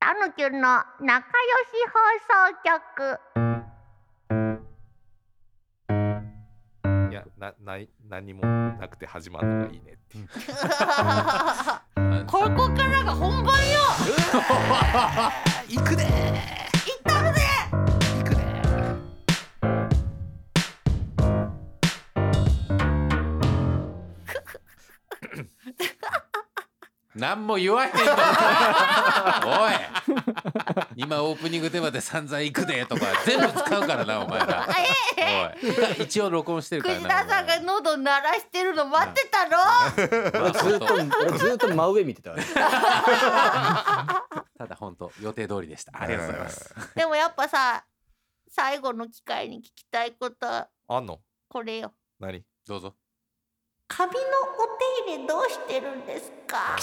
タヌキュンの仲良し放送局いやなない何もなくて始まるのがいいねっていうここからが本番 よ行くで行ったるで行くで何も言わへんのおい今オープニングテーマで散々行くでとか全部使うからなお前らおい一応録音 してるから藤な田さんが喉鳴らしてるの待ってたろ お前らずっと俺ずっと真上見てたわ ただ本当予定通りでしたありがとうございますでもやっぱさ最後の機会に聞きたいことはあんのこれよ何どうぞ髪のお手入れどうしてるんですか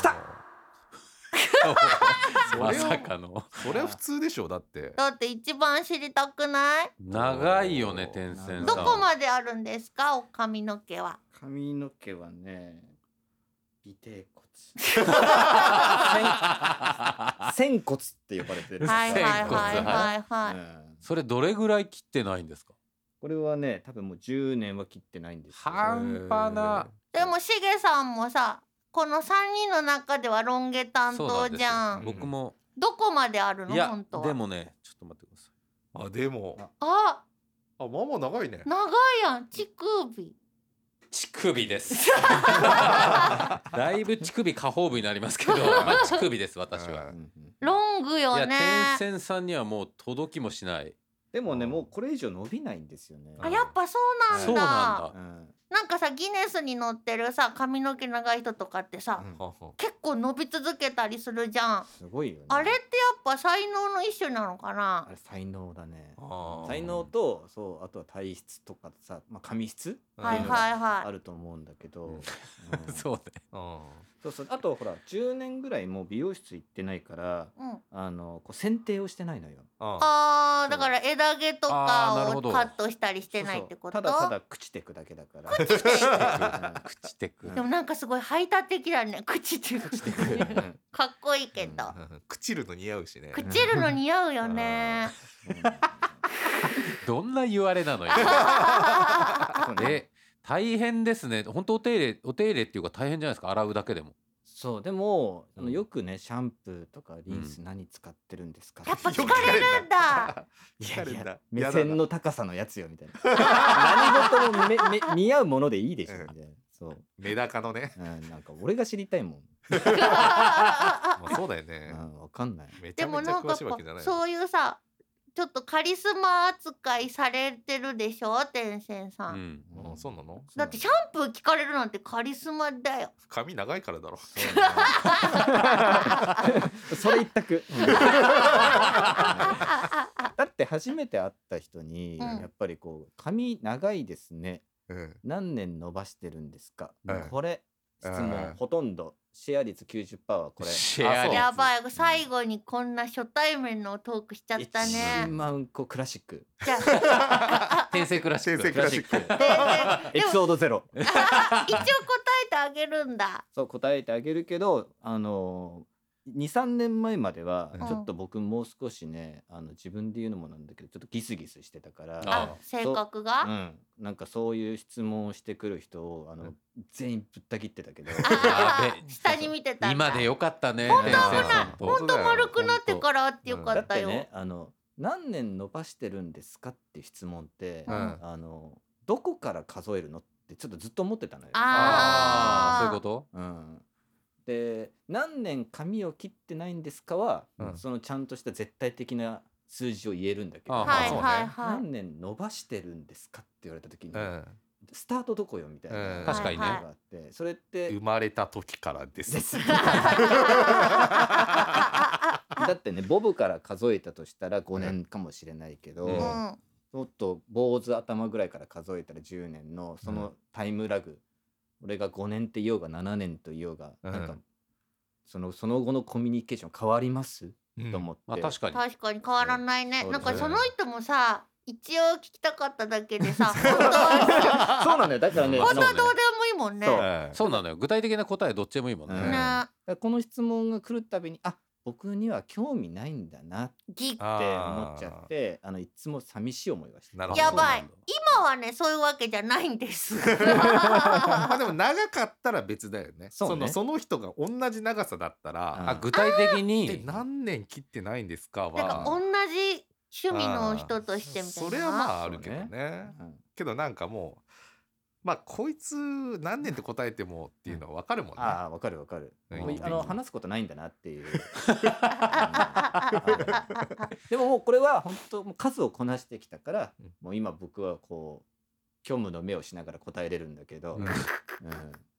まさかのそれは普通でしょうだってだって一番知りたくない長いよね天線さどんこまであるんですかお髪の毛は髪の毛はね尾てい 骨仙骨って呼ばれてるはいはいはいはいはういんそれどれぐらい切ってないんですかこれはね多分もう10年は切ってないんですよ半端なでもしげさんもさこの3人の中ではロン毛担そうな当んですじよゃんう僕もどこまであるのいや本当はでもねちょっと待ってくださいあでもああまあまあ長いね長いやん乳首乳首ですだいぶ乳首下方部になりますけど、まあ、乳首です私はううんんうんロングいよやね天線さんにはもう届きもしないでもねもうこれ以上伸びないんですよねあやっぱそうなんだそうなんだうんなんかさギネスに載ってるさ髪の毛長い人とかってさ、うんはは結構伸び続けたりするじゃんすごいよねあれってやっぱ才能の一種なのかなあれ才能だねあー才能とそうあとは体質とかさ、まあ、髪質うんはいはいはあいると思うんだけど、うんうん そうねうんそうそうあとほら10年ぐらいもう美容室行ってないからうん、あのこう剪定をしてないのよ。 ああそうーだから枝毛とあーなるかほをどカットしたりしてないってことそうそうただただ朽ちてくだけだから。朽ちてく口テクうんでもなんかすごい排他的だね口っていうかてくだけだから。かっこいいけど、うんうん朽ちるの似合うしね朽ちるの似合うよね どんな言われなのようんそうねで大変ですね本当お手入れお手入れっていうか大変じゃないですか洗うだけでもそうでもあうのんよくねシャンプーとかリンス何使ってるんですか、やっぱ聞よくかれるんだい 聞かやれいんだや目線の高さのやつよみたいな何事もめめ見合うものでいいでしょみたいな、そう、メダカのねうん、なんか俺が知りたいもん、まあそうだよねうん、わかんないめちでゃもめちなゃんか詳やっしいわけじゃなぱいそういうさちょっとカリスマ扱いされてるでしょ天仙うさん、んうんそうなのだってシャンプー聞かれるなんてカリスマだよ髪長いからだろそれ一択 だって初めて会った人うに、んやっぱりこう髪長いですねうん何年伸ばしてるんですか、うんこれ質うん問ほとんどシェア率90%はこれシェアあそう率やばい最後にこんな初対面のトークしちゃった1ね万個クラシックじゃあ天線クラシック天線クラシックででエでピもソードゼロ一応答えてあげるんだそう答えてあげるけどあの23年前まではうんちょっと僕もう少しねあの自分で言うのもなんだけどちょっとギスギスしてたからああ性格が、うん、なんかそういう質問をしてくる人をあの、うん全員ぶった切ってたけどあやべー下に見てたんだ今でよかったね本当天線さん危ないとほんと丸くなってからあってよかだっったてよ、ねあの何年伸ばしてるんですかっていう質問って、うんあのどこから数えるのってちょっとずっと思ってたのよ。ああーーそういうことうん、で何年髪を切ってないんですかは、うんそのちゃんとした絶対的な数字を言えるんだけど、あーはいそうねはいはい、何年伸ばしてるんですかって言われた時に、うんスタートどこよみたいな、うん確かにねがあってそれって生まれた時からでですす だってねボブから数えたとしたら5年かもしれないけど、うんもうんっと坊主頭ぐらいから数えたら10年のそのタイムラグ、俺が5年って言おうが7年と言おうが、うんなんかそのその後のコミュニケーション変わります、うんと思って、まあ確かに確かに変わらないね。そうなんかそうそだのね人もさ、一応聞きたかっただけでさ、本当は そうなんだよだからねうんあ本当のはどうでもいいもんね。そううんそうなのよ具体的な答えどっちでもいいもんねうねん、だからこの質問が来るたびにあ僕には興味ないんだなってぎあ思ーっちゃってあのいつも寂しい思いはしてなるほどやばいそうなんだ今はねそういうわけじゃないんです。 まあでも長かったら別だよねそうねのその人が同じ長さだったらあ具体的「えに何年切ってないんですなか?」んか同はじ趣味の人としてみたいな。それはまああそうねるけどねうんけどなんかもうまあこいつ何年って答えてもっていうのは分かるもんねああわかるわかる、うんもういあの話すことないんだなっていう ああああでももうこれは本当もう数をこなしてきたから、うんもう今僕はこう虚無の目をしながら答えれるんだけど、うんうん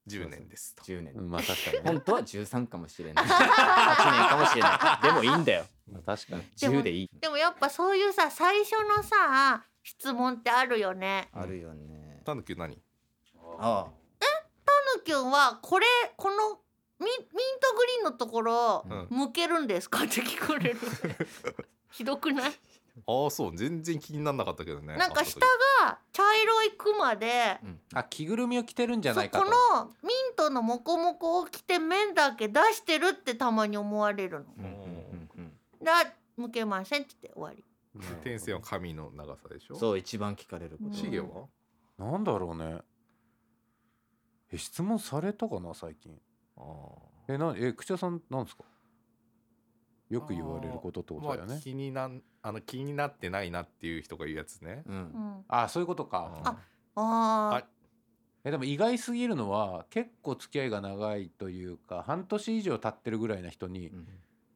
10年ですと。 10年、うんまあ確かにね本当は13かもしれない8年かもしれないでもいいんだよまあ確かにでも10でいいでもやっぱそういうさ最初のさ質問ってあるよね。あるよねたぬき何あたぬきゅんはこれこのミミントグリーンのところうん向けるんですかって 聞かれる。ひどくないああそう全然気にならなかったけどねなんか下が茶色いクマであ着ぐるみを着てるんじゃそなういかことのミントのモコモコを着て面だけ出してるってたまに思われるの。うんうんうんうんだ向けませんって言って終わり。天線は髪の長さでしょうそう一番聞かれることシゲはなんだろうねえ質問されたかな最近あえなえ口田さんなんですかよく言われることってーことまだよあね気になんあの気になってないなっていう人が言うやつねううんん、あそういうことかああああえでも意外すぎるのは結構付き合いが長いというか半年以上経ってるぐらいな人にうん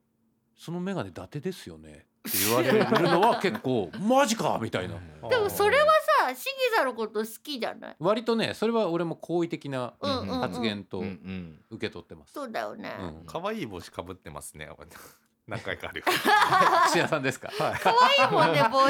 「その眼鏡伊達です よね」って言われるのは結構「マジか!」みたいなあでもそれはさシギザのこと好きじゃない。割とねそれは俺も好意的なうんうん、うん、発言とうんうん受け取ってます。そうだよね。うん可愛い帽子かぶってますね 何回かあるよ串屋さんですか。可愛いもんね帽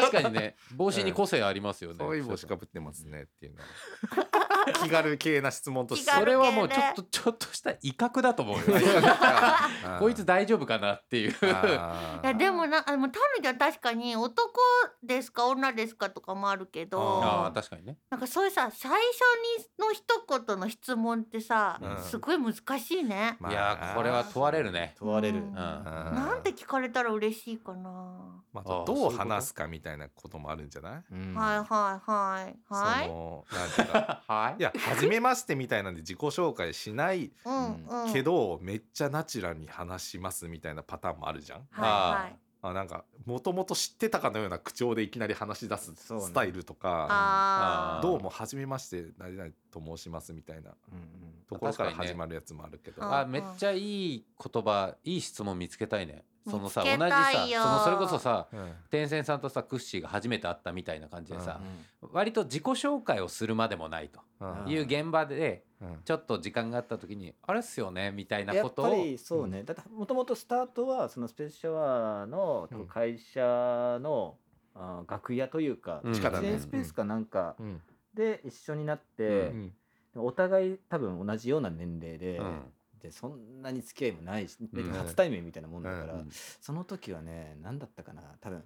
確子。か にね、帽子に個性ありますよね。 可愛い帽子かぶってますねっていうのは 気軽系な質問とし気て そ軽れはもう気ちょっ軽系とちょっとした威嚇だと思うよ。うんこいつ大丈夫かなっていう。あいーやでもなあでもタヌキは確かに男ですか女ですかとかもあるけ あどあ確かにね。なんかそういうさ最初にの一言の質問ってさ、うんすごい難しいね。まあいやーこれは問われるね。問われる、うんうん。ああーなんて聞かれたら嬉しいかな。まああーどう話すかみたいなこともあるんじゃないうんはいはいはいはそい。のなんていうかはい。いや初めましてみたいなんで自己紹介しないうんうん。けどめっちゃナチュラルに話しますみたいなパターンもあるじゃんはいはい。あなんかもともと知ってたかのような口調でいきなり話し出すそうねスタイルとか、ああーどうも初めまして何々と申しますみたいなうんうんところから確かにね始まるやつもあるけど、うんあめっちゃいい言葉いい質問見つけたいね。そのさ見同つじけたいさよそのそれこそさうん天線さんとさクッシーが初めて会ったみたいな感じでさう、ん割と自己紹介をするまでもないとうんいう現場でうんちょっと時間があった時にあれっすよねみたいなやこっとぱをりそうね、だってもともとスタートはそのスペースシャワーのうん会社の、あー楽屋というか、うん喫力ね煙スペースかなんかうんで一緒になって、うんお互い多分同じような年齢で,、うんでそんなに付き合いもないし、うん初対面みたいなもんだから、うんその時はね何だったかな多分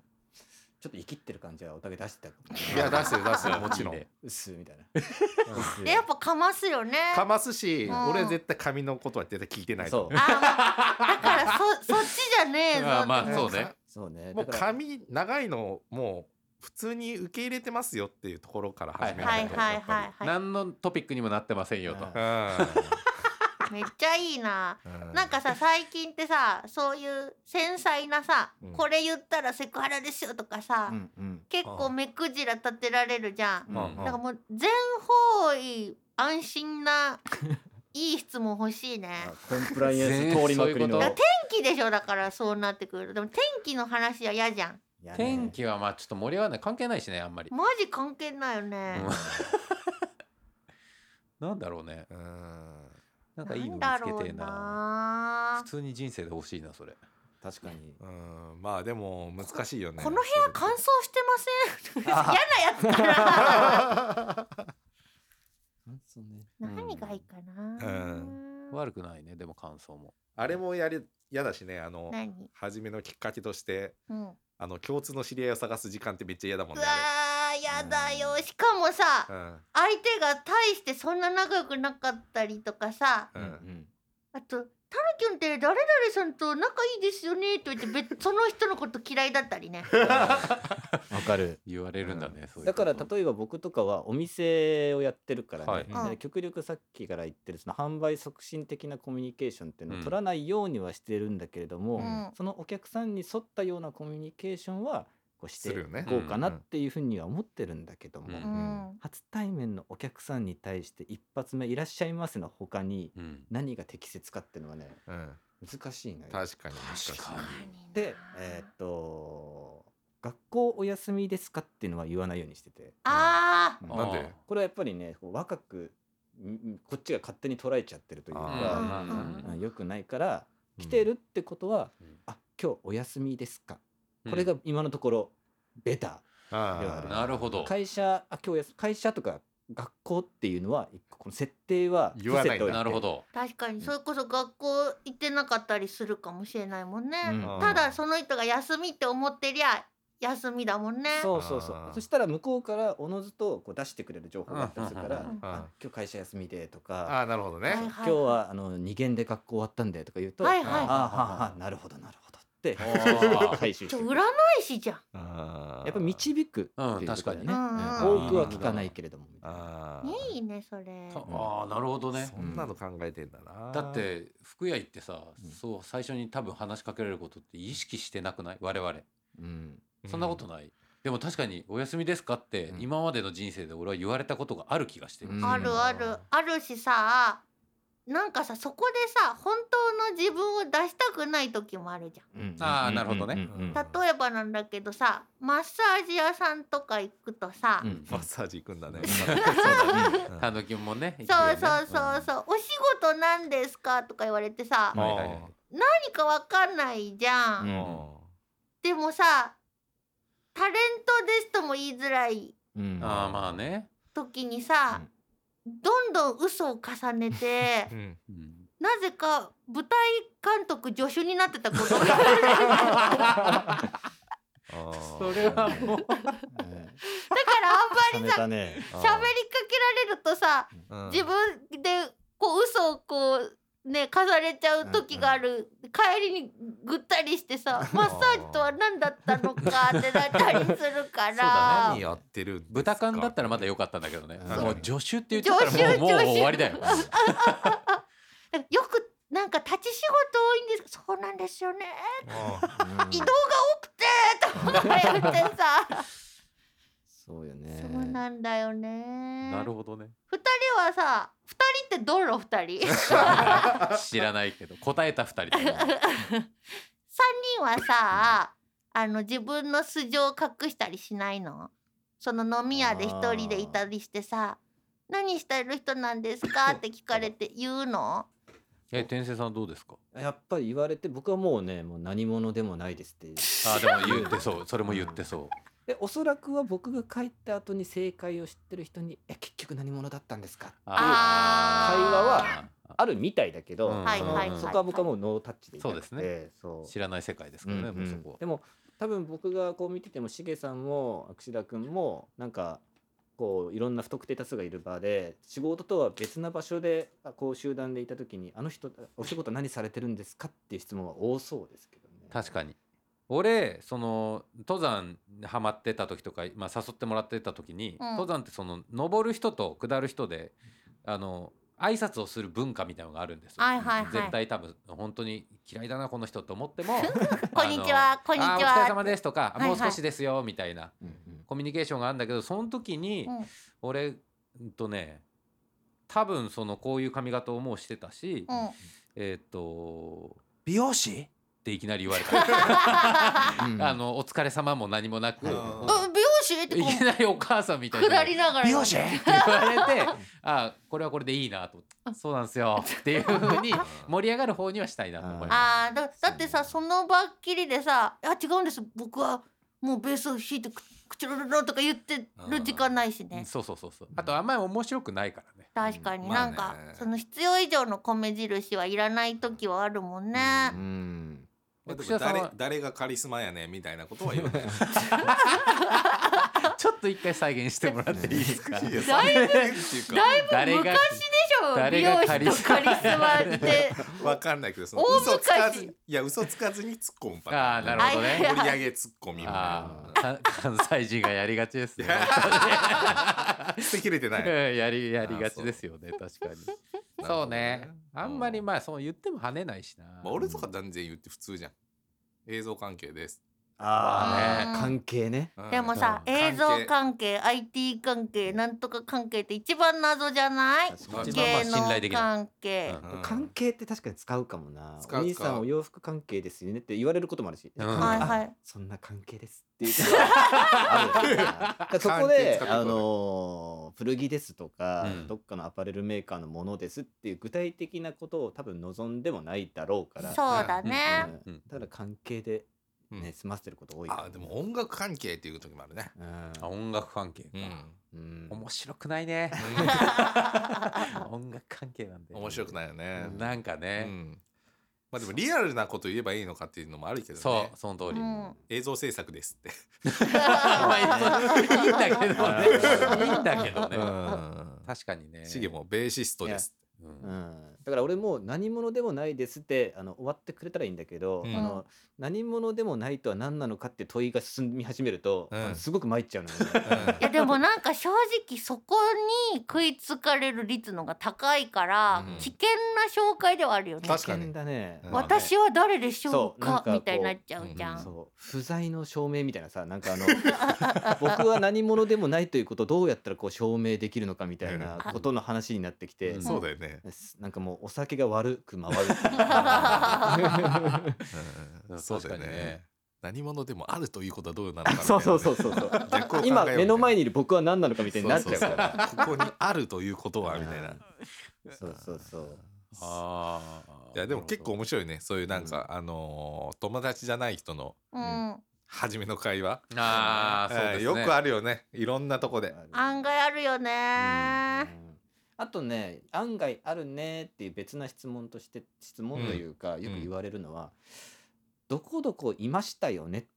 ちょっと生きってる感じはお互い出してたかもいや出してる出してるもちろんいいねうっすみたいな。うんーでやっぱかますよね。かますし、うん俺絶対髪のことは絶対聞いてないとそ思 うあーまあだからそそっちじゃねえぞ。まあまあんそうねそうねもうだから髪長いのもう普通に受け入れてますよっていうところから始めはないいとはいやっはいは何のトピックにもなってませんよとうんぱい。めっちゃいいな。りうんなんか さ最近ってさそういう繊細なさ、うんこれ言ったらセクハラですよとかさ、うんうん結構目くじら立てられるじゃん。うんうんだからもう全方位安心 ないい質問欲しいね。あコンプライアンス通りまくり全然そうのいうこ天気でしょだからそうなってくるとでも天気の話は嫌じゃん。いやね天気はまあちょっと盛り上がらない関係ないしねあんまりマジ関係ないよね。なんだろうねうんなんかいいの見なんつけてだろうえなな普通に人生で欲しいなそれ確かにうんまあでも難しいよねこの部屋乾燥して ません嫌なやつかな燥そうね何がいいかな、悪くないねでも感想もあれもやりやだしねあの何、初めのきっかけとしてうん、うわあの共通の知り合いを探す時間ってめっちゃ嫌だもんねあーやだよしかもされ相手が大してそんな仲良くなかったりとかさうんうんんあと「タラキュンって誰々さんと仲いいですよね」と言って別その人のこと嫌いだったりね。 わかる言われるんだね、そういうだこかとら例えば僕とかはお店をやってるからね、はいだから極力さっきから言ってるその販売促進的なコミュニケーションっていうのをうん取らないようにはしてるんだけれども、うんそのお客さんに沿ったようなコミュニケーションはこうしてするよねいこうかなうんうんっていうふうには思ってるんだけども、うんうん初対面のお客さんに対して一発目「いらっしゃいませ」の他にうん何が適切かっていうのはねうん、難しいのよ。確かに難しい確かにでえーっと「学校お休みですか?」っていうのは言わないようにしてて。あうんなんでこれはやっぱりねこう若くんんこっちが勝手に捉えちゃってるというか、あーうんうん、よくないから来てるってことは、うんあ今日お休みですかこれが今のところベタあうあんなるほど会社あ今日お休み会社とか学校っていうのは一個この設定は言わないんだ伏せておてなるほ、ど確かにそれこそ学校行ってなかったりするかもしれないもんね。うんあーただその人が休みって思ってりゃ休みだもんね。そうそうそあうーそしたら向こうからおのずとこう出してくれる情報があったりするからうんうんうん「あ今日会社休みで」とあかあなるほど「ね、はい今日はあの二限で学校終わったんで」とか言うと「はいあはいーはあはあなるほどなるほど」ってあー 回収しちてょくれる占い師じゃん。ああやっぱ導くっていうこうんとだよね。うん確かにねうん多くは聞かないけれども。ああねいいねそれ。たあーなるほどねそんなの考えてんだな、だって服屋行ってさ、うんそう最初に多分話しかけられることって意識してなくない我々うん。そんなことない、でも確かに「お休みですか?」ってうん今までの人生で俺は言われたことがある気がしてる、うんあるあるあるしさなんかさそこでさ本当の自分を出したくない時もあるじゃん。うんあーなるほどねうんうん例えばなんだけどさマッサージ屋さんとか行くとさ、うんうんマッサージ行くんだね。 うんたぬきもね行くよそうねそうそうそう、お仕事なんですかとか言われてさ、うんはいははいいははいい何かわかんないじゃん、うんでもさタレントですとも言いづらいうんああまあね、時にさ、どんどん嘘を重ね てうんうんなぜか舞台監督助手になってたことが あーそれはもう。だからあんま りさたね。あ喋ーりかけられるとさうん自分でこう嘘をこうね重ねちゃう時がある、帰りにぐったりして さマッサージとは何だったのかってなったりするかそうだら何。やってるんですか豚缶だったらまだ良かったんだけどね、うんもう助手って言っちゃったらもう助もう手終わりだよ、 よくなんか立ち仕事多いんですそうなんですよねあ移移動が多くてとか言って さそうよね。そうなんだよねなるほどね二人はさ二人ってどの二人知らないけど答えた二 人だね三人はさあの自分の素性を隠したりしないのその飲み屋で一人でいたりしてさ「何してる人なんですか?」って聞かれて言うのえ天聖さんどうですかやっぱり言われて僕はもうねもう何者でもないですって。あーでも言ってそうそれも言ってそうでおそらくは僕が帰った後に正解を知ってる人にえ結局何者だったんですか。あー会話はあるみたいだけど、うんはいはいはいそこは僕はもうノータッチでいたくてそうでそう知らない世界ですからね、うんうんもうそこでも多分僕がこう見ててもしげさんも櫛田君もなんかこういろんな不特定多数がいる場で仕事とは別な場所であこう集団でいた時に「あの人お仕事何されてるんですか?」っていう質問は多そうですけどね。確かに俺その登山ハマってた時とか、まあ、誘ってもらってた時に、うん登山ってその登る人と下る人であの挨拶をする文化みたいなのがあるんですよ、はいはいはい絶対多分本当に嫌いだなこの人と思っても こんにちはこんにちはあのあお疲れ様ですとか、はいはいもう少しですよみたいなうんうんコミュニケーションがあるんだけどその時に、うん俺うんとね多分そのこういう髪型をもうしてたし、うん えーっ、と美容師っていきなり言わ れたうんあのお疲れ様も何もなく、うんあ美容師っていこきうなりお母さんみたい下なりながら美容師って言われてあこれはこれでいいなと思ってそうなんですよっていうふうに盛り上がる方にはしたいなと思います。あーだだってさその場っきりでさ「いや違うんです僕はもうベースを弾いてく口ロロロ」とか言ってる時間ないしうんねそうそうそうそうあとあんまり面白くないからね確かにまなあんねか、その必要以上の米印はいらない時はあるもんねう。んまあで櫛田もさん誰は誰がカリスマやねんみたいなことは言わない。ちょっと一回再現してもらっていいですかいや だいぶ再現っていうかだいぶ昔でしよ美誰容が師カリとスマカリスマってわかんないけどその大昔嘘つかずいや嘘つかずに突っ込むパターンあーなるほどねあ盛り上げ突っ込みみたいあなーか関西人がやりがちですね捨てきれてないうん やりやりがちですよね確かにほそどうねねあんまりうんまあそう言っても跳ねないしなまあ、俺とか断然言って普通じゃん映像関係です、あうんあ、ね、関係ね。うんでもさうん映像関係関係 IT 関係なんとか関係って一番謎じゃない確か一に番まあ芸信能頼できない関係うんうん関係って確かに使うかもな。使うお兄さ使んうお洋服関係ですよねって言われることもあるし。うんあはいはいそんな関係ですっていうことはあるよなだからそ 関こで係使って、くるあのー古着ですとか、うんどっかのアパレルメーカーのものですっていう具体的なことを多分望んでもないだろうから。そうだねうんうんただ関係で、うねん済ませてること多いからあでも音楽関係っていう時もあるねうんあ音楽関係か、 うんうん面白くな いね音楽関係なんで面白くないよね、いなんかうね、んまあでもリアルなこと言えばいいのかっていうのもあるけどねそうその通り、うん映像制作ですってまあいいんだけど ね。いいんだけどね。確確かにね。シゲもベーシストですう。うんんだから俺も何者でもないですってあの終わってくれたらいいんだけど、うんあの何者でもないとは何なのかって問いが進み始めると、うんあのすごく参っちゃうのよね、 いやでもなんか正直そこに食いつかれる率のが高いからうん危険な紹介ではあるよね確かに危険だね、うん私は誰でしょうそうなんかかこうみたいになっちゃうじゃんそう不在の証明みたいなさなん かあの僕は何者でもないということをどうやったらこう証明できるのかみたいなことの話になってきて、そうだよね、なんかもうお酒が悪く回るううんんそうだよね確かにね何者でもあるということはどうなのかみたいなね そうそうそうそうそう逆を考えよ今うみたいな目の前にいる僕は何なのかみたいになっちゃうそかうらそうそうここにあるということはみたいなそうそうそうああ。いやでも結構面白いねそういうなんか、あのー友達じゃない人のうん初めの会話、ああ、そうえでーすね。よくあるよねいろんなとこで案外あるよねうんあとね案外あるねっていう別な質問として質問というか、よく言われるのは、どこどこいましたよねって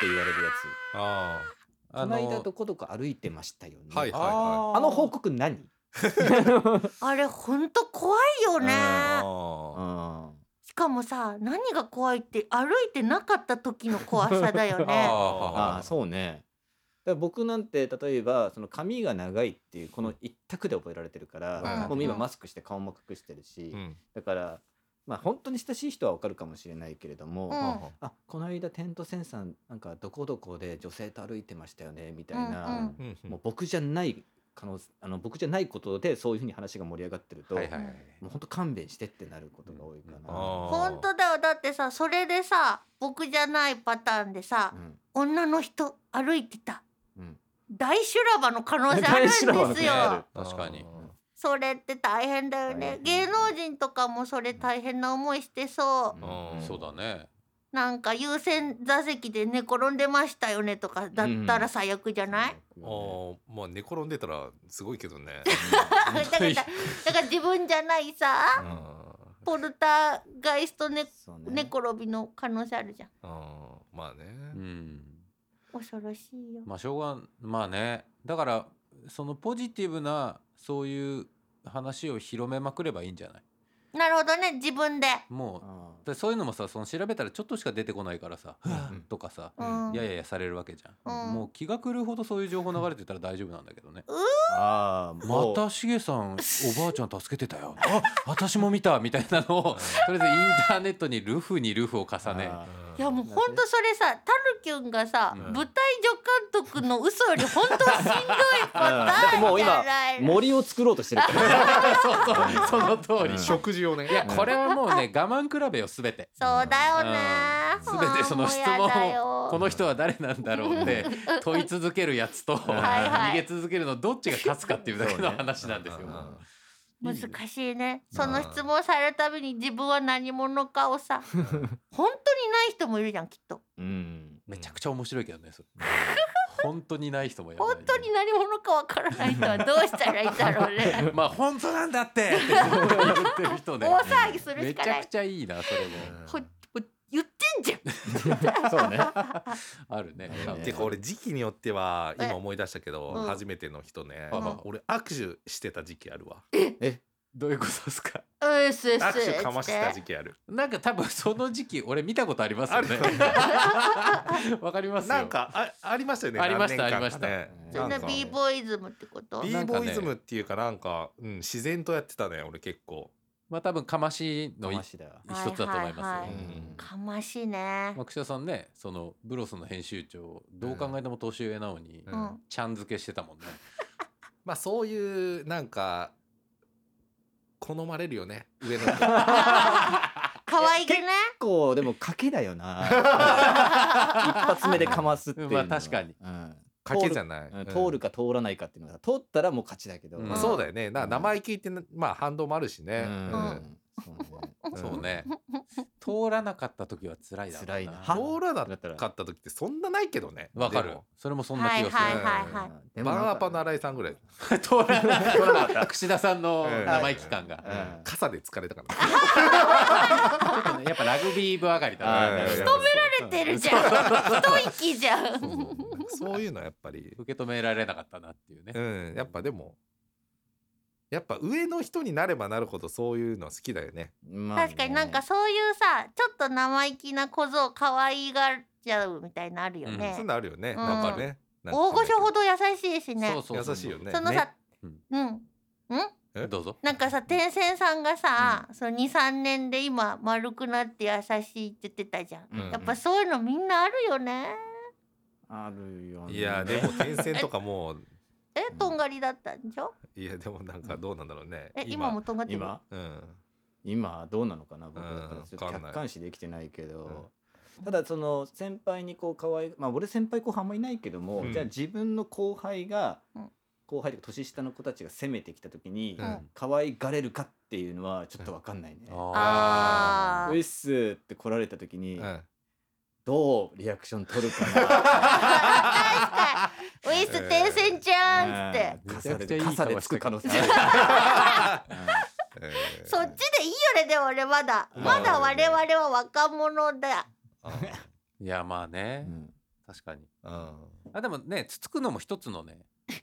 言われるやつあこの間どこどこ歩いてましたよね。はいあああの報告何？あれほんと怖いよあ、ねうあん。しかもさ何が怖いって歩いてなかった時の怖さだよね あああそうね。だから僕なんて例えばその髪が長いっていうこの一択で覚えられてるから、うんもう今マスクして顔も隠してるし、うんだからまあ本当に親しい人はわかるかもしれないけれどうも、んあこの間テントセンさんなんかどこどこで女性と歩いてましたよねみたいな、うんもう僕じゃない可能あの僕じゃないことでそういうふうに話が盛り上がってると、ーはいはいはい。もう本当勘弁してってなることが多いかうんな。ほんとだよだってさそれでさ僕じゃないパターンでさうん女の人歩いてたうん大修羅場の可能性あるんですよ、 大修羅場の可能性ある確かにそれって大変だよね大芸変能人とかもそれ大変な思いしてそう、うんそうだね。なんか優先座席で寝転んでましたよねとかだったら最悪じゃない、 あーまあ寝転んでたらすごいけどね、だからだから自分じゃないさうんポルターガイストねそう寝ね転びの可能性あるじゃんうんまあね、うん。恐ろしいよ、まあしょうがまあね。だからそのポジティブなそういう話を広めまくればいいんじゃない？なるほどね自分でもうあだからそういうのもさその調べたらちょっとしか出てこないからさんとかさうん、やややされるわけじゃん、うんもう気が狂うほどそういう情報流れてたら大丈夫なんだけどねーあーまもうたしげさんおばあちゃん助けて たよあ私も見たみたいなのをとりあえずインターネットにルフにルフを重ねあいやもうほんとそれさタルキュンがさ、うん舞台助監督の嘘より本当しんどいパだってターもンうじ今ゃないの森を作ろうとしてるか らそうそうその通うり、ん食事をねいやこれはもうね我慢比べよすべてそうだよねうん全てその質問をあーもうやだよこの人は誰なんだろうって問い続けるやつ とはいはい逃げ続けるのどっちが勝つかっていうだけの話なんですよう。ん難しいねその質問されるたびに自分は何者かをさ本当にない人もいるじゃんきっとうんめちゃくちゃ面白いけど ねそれ本当にない人もやばい本ね、当に何者かわからない人はどうしたらいいんだろうね まあ本当なんだってって言ってる人ね大騒ぎするめしちかなゃいくちゃいいなそれもほほ言ってんじゃんそうねあるねあるねてか俺時期によってはえ今思い出したけどうん初めての人ねうん俺握手してた時期あるわえどういうことですかうっすうっすっつ握手かまっしてたて時期ある。なんか多分その時期俺見たことありますよねある わかりますよ なんかあありましたよね。ありました何年間かねありましたそんななんか b ボーイズムってことなんかね B ボイズムっていうかなんか、うん、自然とやってたね俺結構。まあ多分かましのいマ一シだよつだと思はいはいますいよはねいうんかましいねマクシャさんねそのブロスの編集長どう考えても年上なのに、うんうんちゃん付けしてたもんねまあそういうなんか好まれるよね上の人可愛げね結構でも賭けだよな 一発目でかますっていうのはまあ確かにうん賭けじゃない、うんうん通るか通らないかっていうのが通ったらもう勝ちだけど、うんまあ、そうだよよねな生意気ってなまあ反動もあるしね、うんうんんそうね通らなかった時は辛いだろう辛いなは通らなだったらかった時ってそんなないけどねわかでるもそれもそんな気がする、 はいはいはいでもバなんかンアパの新井さんぐらい 通らなかった櫛田さんのうん生意気感が、うん傘で疲れたからねちょっとねやっぱラグビー部上がりだうんな勤めら出るじゃん一息じゃんそういうのはやっぱり、 受け止められなかったなっていうね、うん、やっぱでもやっぱ上の人になればなるほどそういうの好きだよね。まあね確かになんかそういうさちょっと生意気な小僧可愛がっちゃうみたいなのあるようんそういうねのあるよね。んなんかね。なんか大御所ほど優しいしねそうそうそう優しいよねそのさうんうんえどうぞなんかさ天仙さんがさその23年で今丸くなって優しいって言ってたじゃんうんやっぱそういうのみんなあるよねあるよねいやでも転戦とかもえとんがりだったんでしょういやでもなんかどうなんだろうね。え今もとんがってる 今うん今どうなのかな僕だったらちょっとわかんない客観視できてないけど、ただその先輩にこう可愛いまあ俺先輩後輩あんまいないけども、うんじゃあ自分の後輩が、うん後輩とか年下の子たちが攻めてきた時に、うん可愛がれるかっていうのはちょっとわかんないね。あウイスって来られた時に、うんどうリアクション取るかウイス天仙ち ゃんなっつってうんめちゃくちゃい傘でい傘で顔つしてくる可能性あるえーそっちでいいよねでも俺まだうんまだ我々は若者だあいやまあね、うん確かにうんあでもねつつくのも一つのね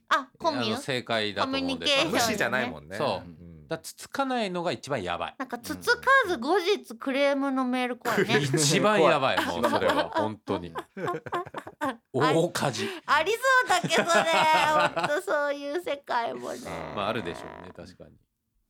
あコミあのュ正解だと思うんでコすミュニケーション無視じゃないもんね。そうんだからつつかないのが一番 やばいなんかつつかず後日クレームのメール来いね一番やばいもうそれは本当に大火事 ありそうだけどねほんとそういう世界もねまああるでしょうね確かに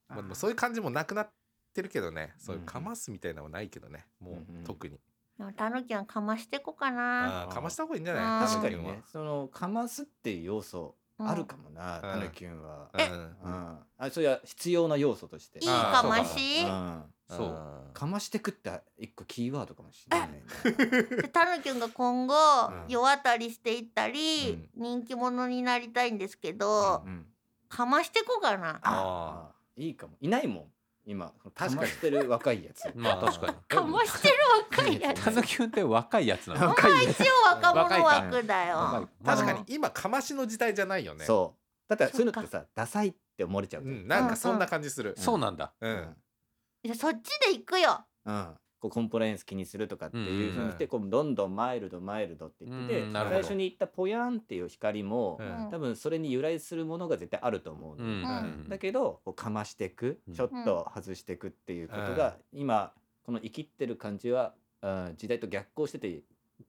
まあでもそういう感じもなくなってるけどね。そういううんかますみたいなのはないけどね。もうんうんう特に。でもたぬきはかましてこかなあーかました方がいいんじゃうなんい確かにね。そのかますっていう要素あるかもなうんタヌキュンは、タヌキはうんあそれは必要な要素としていいあかーましうんうん。そうんかましてくって一個キーワードかもしれないねでたぬきんが今後うん世渡りしていったり人気者になりたいんですけどうんかましてこかなあーいいかもいないもん今かましてる若いやつまあ確かにかましてる若いやつたぬきゅんって若いやつ なの若いや一応若者枠だ若いよ確かに今かましの時代じゃないよね。そうだってそういうのってさダサいって思われちゃううというんなんかそんな感じする。そうなんだうん。いやそっちで行くようんこうコンプライアンス気にするとかっていうふうにして、うんこうどんどんマイルドマイルドって言ってて、うんなるほ最ど初に言った「ぽやん」っていう光も、うんうん多分それに由来するものが絶対あると思ううの、んだけどこうかましていく、うんちょっと外していくっていうことが、今この生きってる感じは、うん時代と逆行してて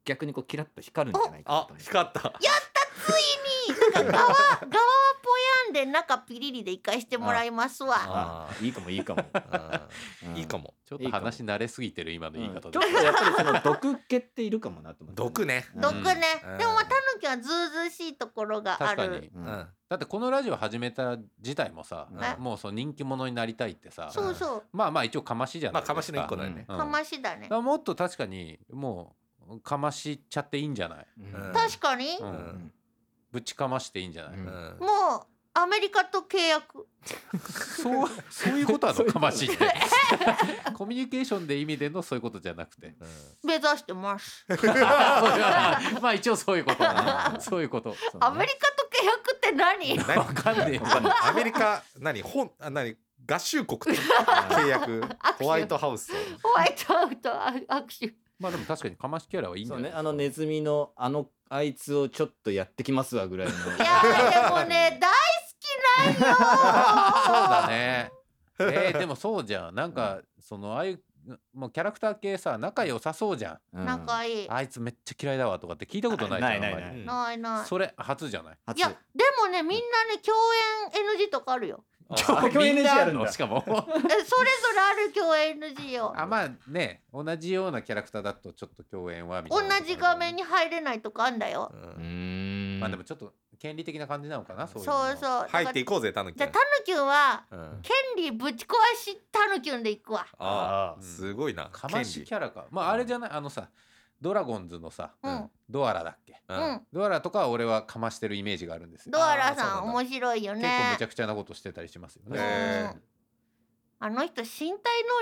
逆にこうキラッと光るんじゃないかなあと思う光った。ついになんか側側はぽやんで中ピリリで行かしてもらいますわあいいかもい いかも、うんいいかも。ちょっと話慣れすぎてる今のうん言いち方ょっでとやっぱりその毒気っているかもなと思って、毒ね。うん毒ねうんでもまあたぬきはずうずうしいところがあ確かるにうんうん。だってこのラジオ始めた自体もさうんもうその人気者になりたいってさそうそうまあまあ一応かましじゃまないあかましの一個だだよね。かましだねだからもっと確かにもうかましちゃっていいんじゃない、うんうん確かにうんうんぶちかましていいんじゃない、ううんん。もうアメリカと契約そうそういうことなそのういうかことましってコミュニケーションで意味でのそういうことじゃなくて目指してます まあ一応そういうことそういうことそうねアメリカと契約って何 何わかんねえよアメリカ何本あ何合衆国と 契約ホワイトハウスと。ホワイトアウトあ握手まあでも確かにかましキャラはいいんじそゃうないねあのネズミのあのあいつをちょっとやってきますわぐらいのいやーでもね大好きなんよ そうだねえーでもそうじゃんなんか、そのああいうもうキャラクター系さ仲良さそうじゃんうん仲いい。あいつめっちゃ嫌いだわとかって聞いたことないじゃんないないあんまりないうんないない。それ初じゃない初いやでもねみんなね共演 NG とかあるよ。あ共演 NG みんなあるんだのしかもえそれぞれある共演 NG よ。 あまあね同じようなキャラクターだとちょっと共演はみた同いなじ画面に入れないとかあんだよう。うーんんまあでもちょっと権利的な感じなのかなそうそういうのそうは。入っていこうぜ、タヌキ。じゃあタヌキュンはうん権利ぶち壊しタヌキュンで行くわ。あああ、ーすごいな。かまし権利キャラかまああれじゃないあのさドラゴンズのさうんうんドアラだっけううんん。ドアラとかは俺はかましてるイメージがあるんですよドアラあーさそんうなんだ面白いよ結構ねめち。ゃくちゃなことしてたりしますよへねえうんあの人身体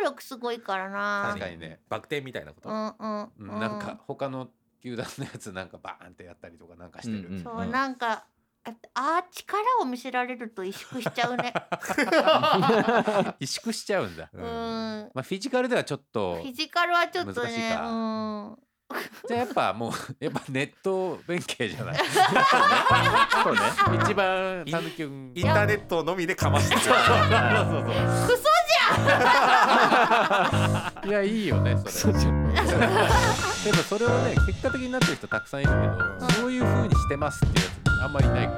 能力すごいからな確。かにねバク転みたいなこと。ううんんうん。うなんか。他の球団のやつなんかバーンってやったりとかなんかしてうんうんるそうなんかああー力を見せられると萎縮しちゃうね。萎縮しちゃうんだううんん。まあフィジカルではちょっとフィジカルはちょっと難しいね、かうん。じゃあやっぱもう やっぱネット弁慶じゃないそうね一番タヌキュンインターネットのみでかましてる。クソいやいいよねそれ でもそれをね結果的になってる人たくさんいるけどそういう風にしてますっていうやつあんまりいないか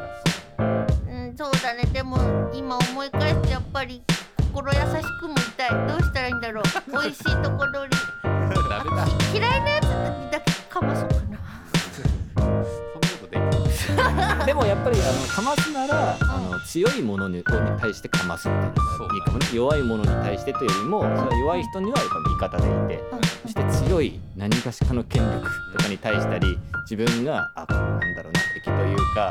らうん、そうだね。でも今思い返してやっぱり心優しくもいたい。どうしたらいいん だろう。美味しいところにダメだ嫌いなやつだけかまそうかな。そんなことできでもやっぱりあのかますならあの強いものに対してかますみたいなのがいいかもね弱いものに対してというよりもその弱い人にはやっぱ味方でいてうんそして強い何かしかの権力とかに対したり自分があなんだろうな敵というか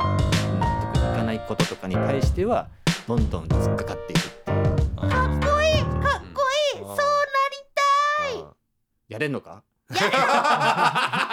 納得いかないこととかに対してはどんどん突っかかっていくっていうかっこいい、かっこいい、そうなりたい。やれんのかや